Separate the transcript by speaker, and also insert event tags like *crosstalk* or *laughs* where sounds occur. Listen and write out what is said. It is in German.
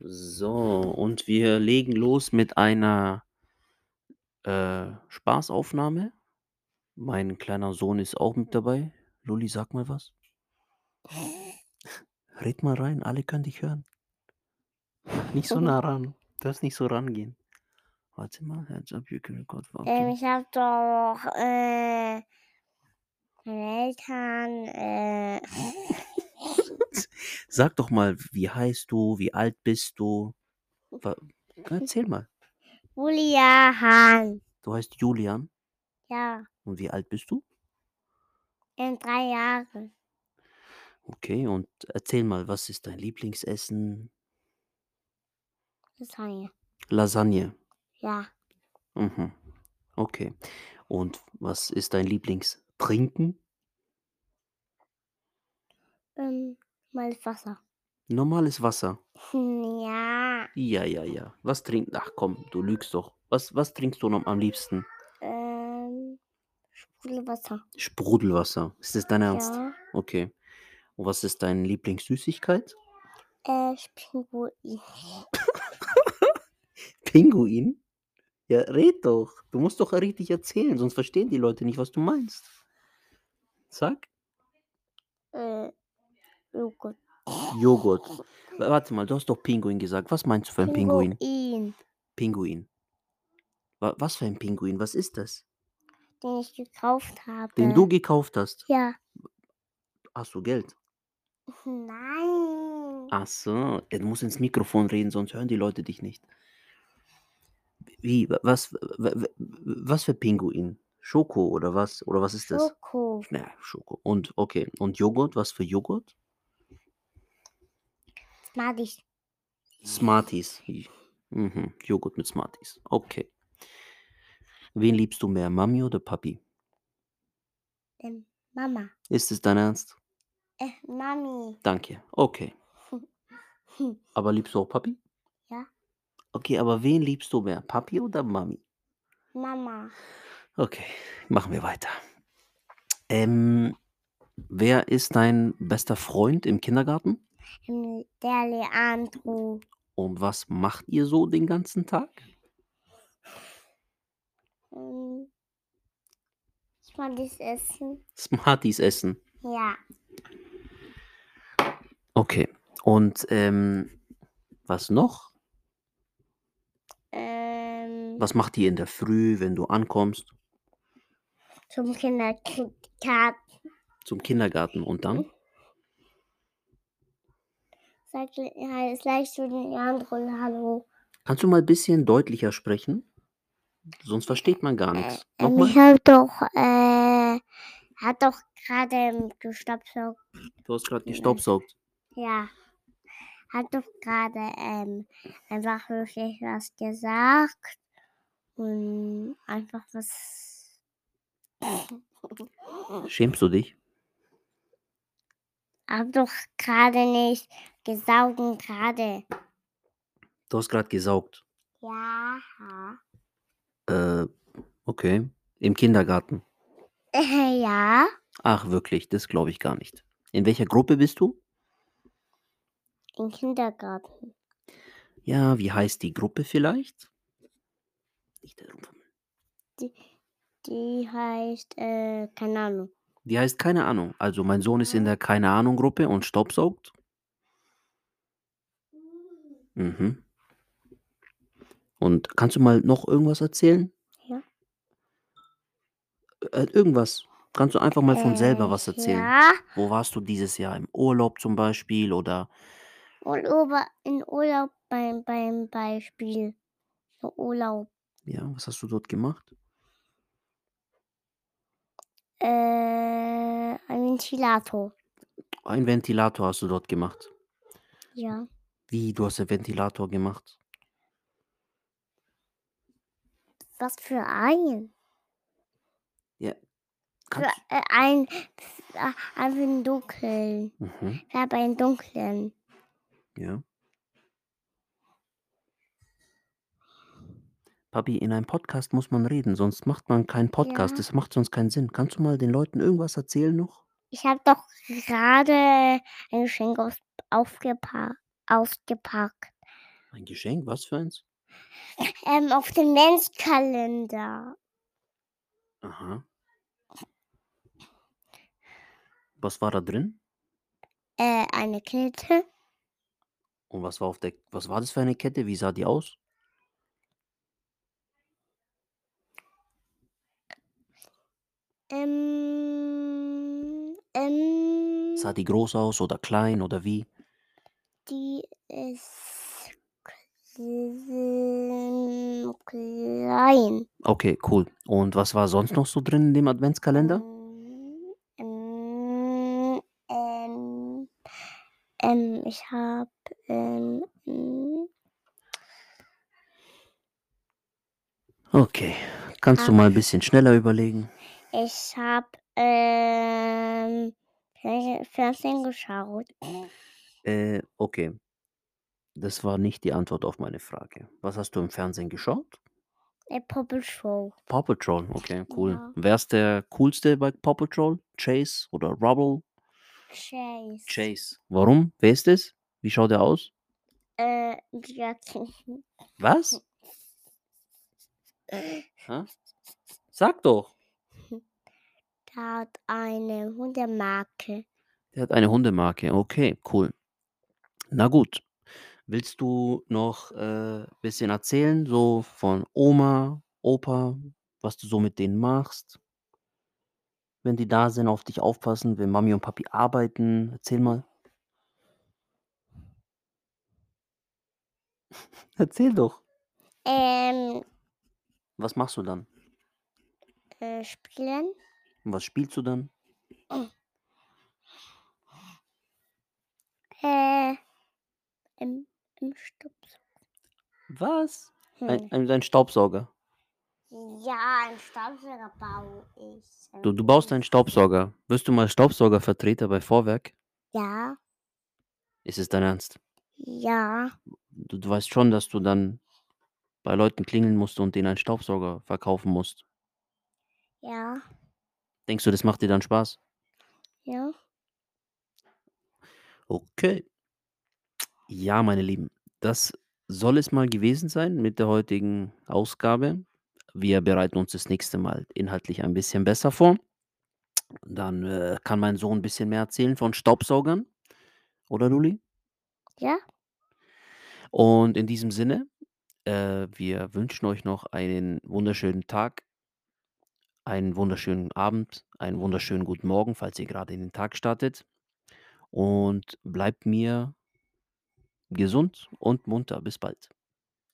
Speaker 1: So, und wir legen los mit einer, äh, Spaßaufnahme. Mein kleiner Sohn ist auch mit dabei. Lolli, sag mal was. Red mal rein, alle können dich hören. Nicht so nah ran. Darfst nicht so rangehen. Warte mal, heads up, you can record for up
Speaker 2: Ähm,
Speaker 1: to-
Speaker 2: ich habe doch äh, meine Eltern. Äh,
Speaker 1: Sag doch mal, wie heißt du, wie alt bist du? Wa- Erzähl mal.
Speaker 2: Julia Hahn.
Speaker 1: Du heißt Julian
Speaker 2: Ja,
Speaker 1: und wie alt bist du?
Speaker 2: in drei Jahren.
Speaker 1: Okay, und erzähl mal, was ist dein Lieblingsessen?
Speaker 2: Das haben wir.
Speaker 1: Lasagne.
Speaker 2: Ja,
Speaker 1: Mhm. Okay. Und was ist dein Lieblingstrinken?
Speaker 2: ähm, mal das Wasser. *laughs*
Speaker 1: Normales Wasser.
Speaker 2: Ja,
Speaker 1: Ja, ja, ja. Was trinkst Ach komm, du lügst doch. Was, was trinkst du noch am liebsten?
Speaker 2: ähm, Sprudelwasser.
Speaker 1: Sprudelwasser. Ist das dein Ernst?
Speaker 2: Ja,
Speaker 1: Okay. Und was ist deine Lieblingssüßigkeit?
Speaker 2: äh, Pinguin. *laughs*
Speaker 1: Pinguin? Ja, red doch. Du musst doch richtig erzählen, sonst verstehen die Leute nicht, was du meinst. Sag.
Speaker 2: Äh, Joghurt.
Speaker 1: Joghurt. Wa- Warte mal, du hast doch Pinguin gesagt. Was meinst du für ein Pinguin?
Speaker 2: Pinguin,
Speaker 1: Pinguin. Wa- Was für ein Pinguin? Was ist das?
Speaker 2: den ich gekauft habe.
Speaker 1: Den du gekauft hast.
Speaker 2: Ja. *laughs*
Speaker 1: Hast du Geld?
Speaker 2: Nein.
Speaker 1: Ach so. Ja, Du musst ins Mikrofon reden, sonst hören die Leute dich nicht. Wie? Wa- Was, wa- wa- was für Pinguin? Schoko oder was? Oder was ist das?
Speaker 2: Schoko.
Speaker 1: Ja, Schoko. Und okay. Und Joghurt? Was für Joghurt?
Speaker 2: Das mag ich.
Speaker 1: Smarties. I- Mhm. Joghurt mit Smarties. Okay. Wen liebst du mehr, Mami oder Papi?
Speaker 2: Ähm, Mama.
Speaker 1: Ist es dein Ernst?
Speaker 2: Äh, Mami.
Speaker 1: Danke. Okay.
Speaker 2: Hm.
Speaker 1: Aber liebst du auch Papi?
Speaker 2: Ja.
Speaker 1: Okay, aber wen liebst du mehr, Papi oder Mami?
Speaker 2: Mama.
Speaker 1: Okay, machen wir weiter. Ähm, wer ist dein bester Freund im Kindergarten?
Speaker 2: Ähm, Der Leandro.
Speaker 1: Und was macht ihr so den ganzen Tag?
Speaker 2: Ähm, Ich mag das Essen.
Speaker 1: Smarties essen.
Speaker 2: Ja.
Speaker 1: Okay. Und ähm, was noch?
Speaker 2: Ähm,
Speaker 1: Was macht ihr in der Früh, wenn du ankommst
Speaker 2: Zum Kinderkart.
Speaker 1: zum Kindergarten und dann?
Speaker 2: Sag ja, gleich zu den Leandro Hallo.
Speaker 1: Kannst du mal ein bisschen deutlicher sprechen? Sonst versteht man gar nichts.
Speaker 2: Ähm,
Speaker 1: Nochmal?
Speaker 2: *laughs* ich hab doch, äh, hat doch gerade ähm, gestopfsaugt.
Speaker 1: Du hast gerade gestaubsaugt.
Speaker 2: Ja. Hat doch gerade ähm, einfach wirklich was gesagt. Und einfach was.
Speaker 1: Schämst du dich?
Speaker 2: Hab doch gerade nicht gesaugt und gerade.
Speaker 1: Du hast gerade gesaugt.
Speaker 2: Ja.
Speaker 1: Äh, okay. Im Kindergarten.
Speaker 2: Äh, *laughs* ja.
Speaker 1: Ach, wirklich, das glaube ich gar nicht. In welcher Gruppe bist du?
Speaker 2: Im Kindergarten.
Speaker 1: Ja, wie heißt die Gruppe vielleicht? Nicht herumfummeln.
Speaker 2: Die heißt, äh, keine Ahnung.
Speaker 1: Die heißt keine Ahnung. Also mein Sohn ist in der keine Ahnung Gruppe und staubsaugt. Mhm. Und kannst du mal noch irgendwas erzählen?
Speaker 2: Ja.
Speaker 1: Äh, irgendwas. Kannst du einfach mal von selber
Speaker 2: Äh,
Speaker 1: was erzählen?
Speaker 2: Ja.
Speaker 1: Wo warst du dieses Jahr? Im Urlaub zum Beispiel oder
Speaker 2: Und Ober in Urlaub beim, beim Beispiel. So Urlaub.
Speaker 1: ja, was hast du dort gemacht?
Speaker 2: Äh, ein Ventilator.
Speaker 1: Ein Ventilator hast du dort gemacht.
Speaker 2: Ja.
Speaker 1: Wie, du hast einen Ventilator gemacht?
Speaker 2: Was für ein? Für,
Speaker 1: Kannst,
Speaker 2: äh, ein, äh, ein für den Dunkeln.
Speaker 1: mhm,
Speaker 2: Ich habe einen Dunklen.
Speaker 1: ja. Papi, in einem Podcast muss man reden, sonst macht man keinen Podcast.
Speaker 2: Ja.
Speaker 1: Das macht sonst keinen Sinn. Kannst du mal den Leuten irgendwas erzählen noch?
Speaker 2: Ich habe doch gerade ein Geschenk aus, aufgepa ausgepackt.
Speaker 1: Ein Geschenk? Was für eins?
Speaker 2: Ähm, auf den Adventskalender.
Speaker 1: Aha. Was war da drin?
Speaker 2: Äh, eine Kette.
Speaker 1: Und was war auf der was war das für eine Kette? Wie sah die aus?
Speaker 2: Ähm, ähm,
Speaker 1: Sah die groß aus oder klein oder wie?
Speaker 2: die ist klein. klein.
Speaker 1: Okay, cool. Und was war sonst noch so drin in dem Adventskalender?
Speaker 2: Ähm, ähm, ähm, ähm, ich habe ähm, ähm,
Speaker 1: Okay. Kannst du
Speaker 2: hab,
Speaker 1: mal ein bisschen schneller überlegen?
Speaker 2: ich habe ähm, Fernseh- Fernsehen geschaut.
Speaker 1: Äh, okay. Das war nicht die Antwort auf meine Frage. Was hast du im Fernsehen geschaut?
Speaker 2: Eine Poppelshow.
Speaker 1: Paw Patrol, okay, cool.
Speaker 2: Ja.
Speaker 1: Wer ist der coolste bei Paw Patrol? Chase oder Rubble?
Speaker 2: Chase.
Speaker 1: Chase. Warum? Wer ist es? Wie schaut er aus?
Speaker 2: Äh, ja, King.
Speaker 1: Was? Hä? Sag doch.
Speaker 2: Da *laughs* hat eine Hundemarke.
Speaker 1: Der hat eine Hundemarke. Okay, cool. Na gut. Willst du noch ein äh, bisschen erzählen, so von Oma, Opa, was du so mit denen machst? Wenn die da sind, auf dich aufpassen, wenn Mami und Papi arbeiten. Erzähl mal. *laughs* Erzähl doch.
Speaker 2: Ähm,
Speaker 1: Was machst du dann?
Speaker 2: äh, spielen.
Speaker 1: Und was spielst du dann?
Speaker 2: Äh, im, im Staubsauger.
Speaker 1: Was? Ein,
Speaker 2: Hm.
Speaker 1: ein, ein Staubsauger.
Speaker 2: Ja, einen Staubsauger baue ich. ähm,
Speaker 1: Du,
Speaker 2: Einen
Speaker 1: du baust
Speaker 2: großen.
Speaker 1: einen Staubsauger. Wirst du mal Staubsaugervertreter bei Vorwerk?
Speaker 2: Ja,
Speaker 1: Ist es dein Ernst?
Speaker 2: ja,
Speaker 1: Du, du weißt schon, dass du dann bei Leuten klingeln musst und denen einen Staubsauger verkaufen musst.
Speaker 2: ja,
Speaker 1: Denkst du, das macht dir dann Spaß?
Speaker 2: ja.
Speaker 1: Okay. Ja, meine Lieben, das soll es mal gewesen sein mit der heutigen Ausgabe. Wir bereiten uns das nächste Mal inhaltlich ein bisschen besser vor. Dann äh, kann mein Sohn ein bisschen mehr erzählen von Staubsaugern. Oder, Luli?
Speaker 2: Ja,
Speaker 1: Und in diesem Sinne, äh, wir wünschen euch noch einen wunderschönen Tag, einen wunderschönen Abend, einen wunderschönen guten Morgen, falls ihr gerade in den Tag startet. Und bleibt mir gesund und munter. Bis bald.